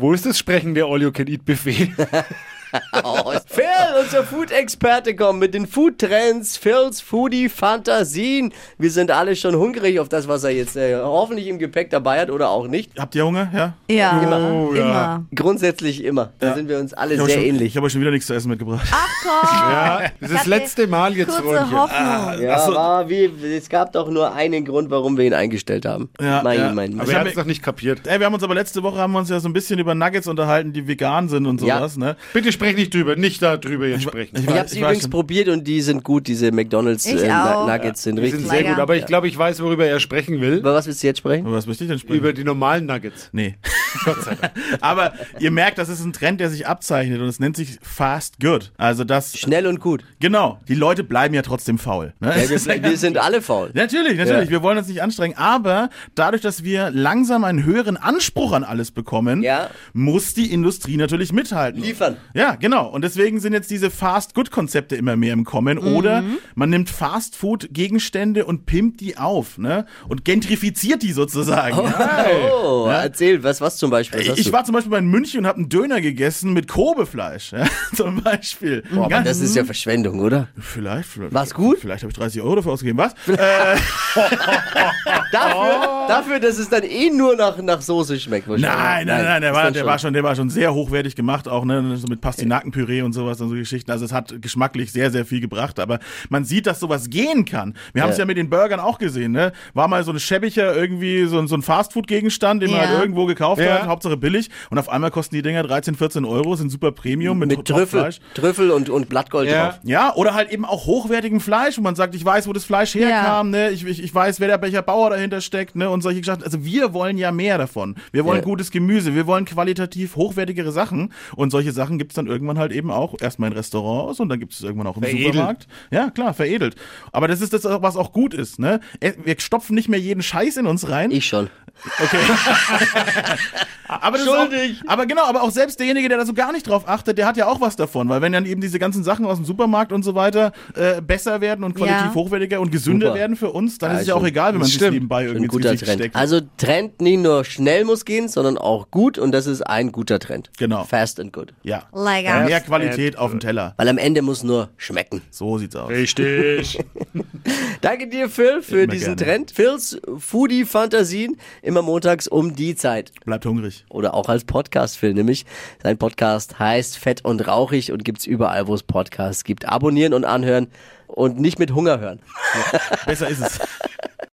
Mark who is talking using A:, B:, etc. A: Wo ist das sprechende All-You-Can-Eat-Buffet?
B: Phil, unser Food-Experte, kommt mit den Food-Trends, Phil's Foodie-Fantasien. Wir sind alle schon hungrig auf das, was er jetzt äh, hoffentlich im Gepäck dabei hat oder auch nicht.
C: Habt ihr Hunger? Ja?
D: Ja,
A: Oh,
D: immer.
A: ja.
B: Grundsätzlich immer. Da
C: Ja.
B: sind wir uns alle
C: Ich hab
B: sehr
C: schon,
B: ähnlich. Ah.
C: Ich habe schon wieder nichts zu essen mitgebracht.
D: Ach komm,
A: ja, das ist das
D: Dachte,
A: letzte Mal jetzt, Ah,
D: kurze
A: Ronchen.
D: Hoffnung.
B: Ja,
C: Ach so.
B: war wie, es gab doch nur einen Grund, warum wir ihn eingestellt haben.
C: Ja,
B: mein,
C: ja.
B: mein, mein.
A: Aber
C: Ich
A: er
C: hab
A: hat es
C: mir-
A: noch nicht kapiert.
C: Ey, wir haben uns aber letzte Woche haben wir uns ja so ein bisschen über Nuggets unterhalten, die vegan sind und
B: Ja.
C: sowas, ne?
A: Bitte sprech nicht drüber, nicht darüber jetzt sprechen.
B: Ich
C: weiß-
B: habe sie
C: weiß
B: übrigens
C: schon.
B: probiert und die sind gut, diese McDonalds
D: Ich
B: äh,
D: auch.
B: Nu- Nuggets sind
A: Die sind
B: richtig.
A: sehr
D: Lecker.
A: gut, aber ich glaube, ich weiß, worüber er sprechen will.
B: Über was willst du jetzt sprechen?
C: Über was möchte ich denn sprechen?
A: Über die normalen Nuggets.
C: Nee. Aber ihr merkt, das ist ein Trend, der sich abzeichnet und es nennt sich Fast Good. Also das.
B: Schnell und gut.
C: Genau. Die Leute bleiben ja trotzdem faul. Ne?
B: Ja, wir, wir sind alle faul.
C: Natürlich, natürlich.
B: Ja.
C: Wir wollen uns nicht anstrengen. Aber dadurch, dass wir langsam einen höheren Anspruch an alles bekommen,
B: Ja.
C: muss die Industrie natürlich mithalten.
B: Liefern.
C: Ja, genau. Und deswegen sind jetzt diese Fast-Good-Konzepte immer mehr im Kommen. Oder
B: Mhm.
C: man nimmt Fast-Food-Gegenstände und pimpt die auf ne? und gentrifiziert die sozusagen.
B: Oh, erzähl, was, was zum Beispiel? Was hast
C: Ich
B: du?
C: war zum Beispiel mal in München und habe einen Döner gegessen mit Kobefleisch, ja, zum Beispiel. Boah,
B: Aber das
C: mhm.
B: ist ja Verschwendung, oder?
C: vielleicht, vielleicht.
B: War's gut?
C: Vielleicht habe ich 30 Euro dafür ausgegeben. Was?
B: Dafür, dafür, dass es dann eh nur nach, nach Soße schmeckt. wahrscheinlich.
C: Oh. Nein, nein, nein, der,
B: ist
C: war,
B: dann
C: der, war schon, der war schon sehr hochwertig gemacht, auch ne, so mit Pastinakenpüree und sowas und so Geschichten. Also es hat geschmacklich sehr, sehr viel gebracht, aber man sieht, dass sowas gehen kann. Wir haben es
B: Ja.
C: ja mit den Burgern auch gesehen, ne? War mal so ein schäbiger irgendwie, so, ein- so ein Fastfood-Gegenstand, den man
D: Ja.
C: halt irgendwo gekauft
A: Ja.
C: hat, Hauptsache billig. Und auf einmal kosten die Dinger 13, 14 Euro, sind super Premium mit,
B: Mit Trüffel,
C: Topfleisch.
B: Trüffel und, und Blattgold
A: Ja.
B: drauf.
C: Ja, oder halt eben auch hochwertigem Fleisch, wo man sagt, ich weiß, wo das Fleisch herkam, ne? ich, ich, ich weiß, wer der welcher Bauer dahinter steckt ne? und solche Geschichten. Also wir wollen ja mehr davon. Wir wollen
B: Ja.
C: gutes Gemüse, wir wollen qualitativ hochwertigere Sachen und solche Sachen gibt's dann irgendwann halt eben auch erstmal in Restaurants und dann gibt's es irgendwann auch im
A: Veredelt.
C: Supermarkt. Ja, klar, veredelt. Aber das ist das, was auch gut ist. Ne? Wir stopfen nicht mehr jeden Scheiß in uns rein.
B: Ich schon.
C: Okay. aber, das ist
B: Schuldig.
C: Auch, aber genau, aber auch selbst derjenige, der da so gar nicht drauf achtet, der hat ja auch was davon, weil wenn dann eben diese ganzen Sachen aus dem Supermarkt und so weiter äh, besser werden und qualitativ
D: Ja.
C: hochwertiger und gesünder
B: Super.
C: werden für uns, dann
B: Ja,
C: ist es ja auch
B: schon.
C: egal, wenn man
A: Das
C: sich
A: stimmt.
C: nebenbei irgendwie
B: Ein
C: ins
B: guter
C: Gesicht
B: Trend.
C: steckt.
B: Also Trend nicht nur schnell muss gehen, sondern auch gut und das ist ein guter Trend.
C: Genau.
B: Fast and good.
C: ja.
D: Lecker.
C: Mehr Qualität auf dem
B: äh,
C: Teller.
B: Weil am Ende muss nur schmecken.
C: So sieht's aus.
A: Richtig.
B: Danke dir, Phil, für
C: Immer
B: diesen
C: gerne.
B: Trend. Phils Foodie-Fantasien immer montags um die Zeit.
C: Bleibt hungrig.
B: Oder auch als Podcast, Phil, nämlich. Sein Podcast heißt Fett und Rauchig und gibt's überall, wo es Podcasts gibt. Abonnieren und anhören und nicht mit Hunger hören.
C: Besser ist es.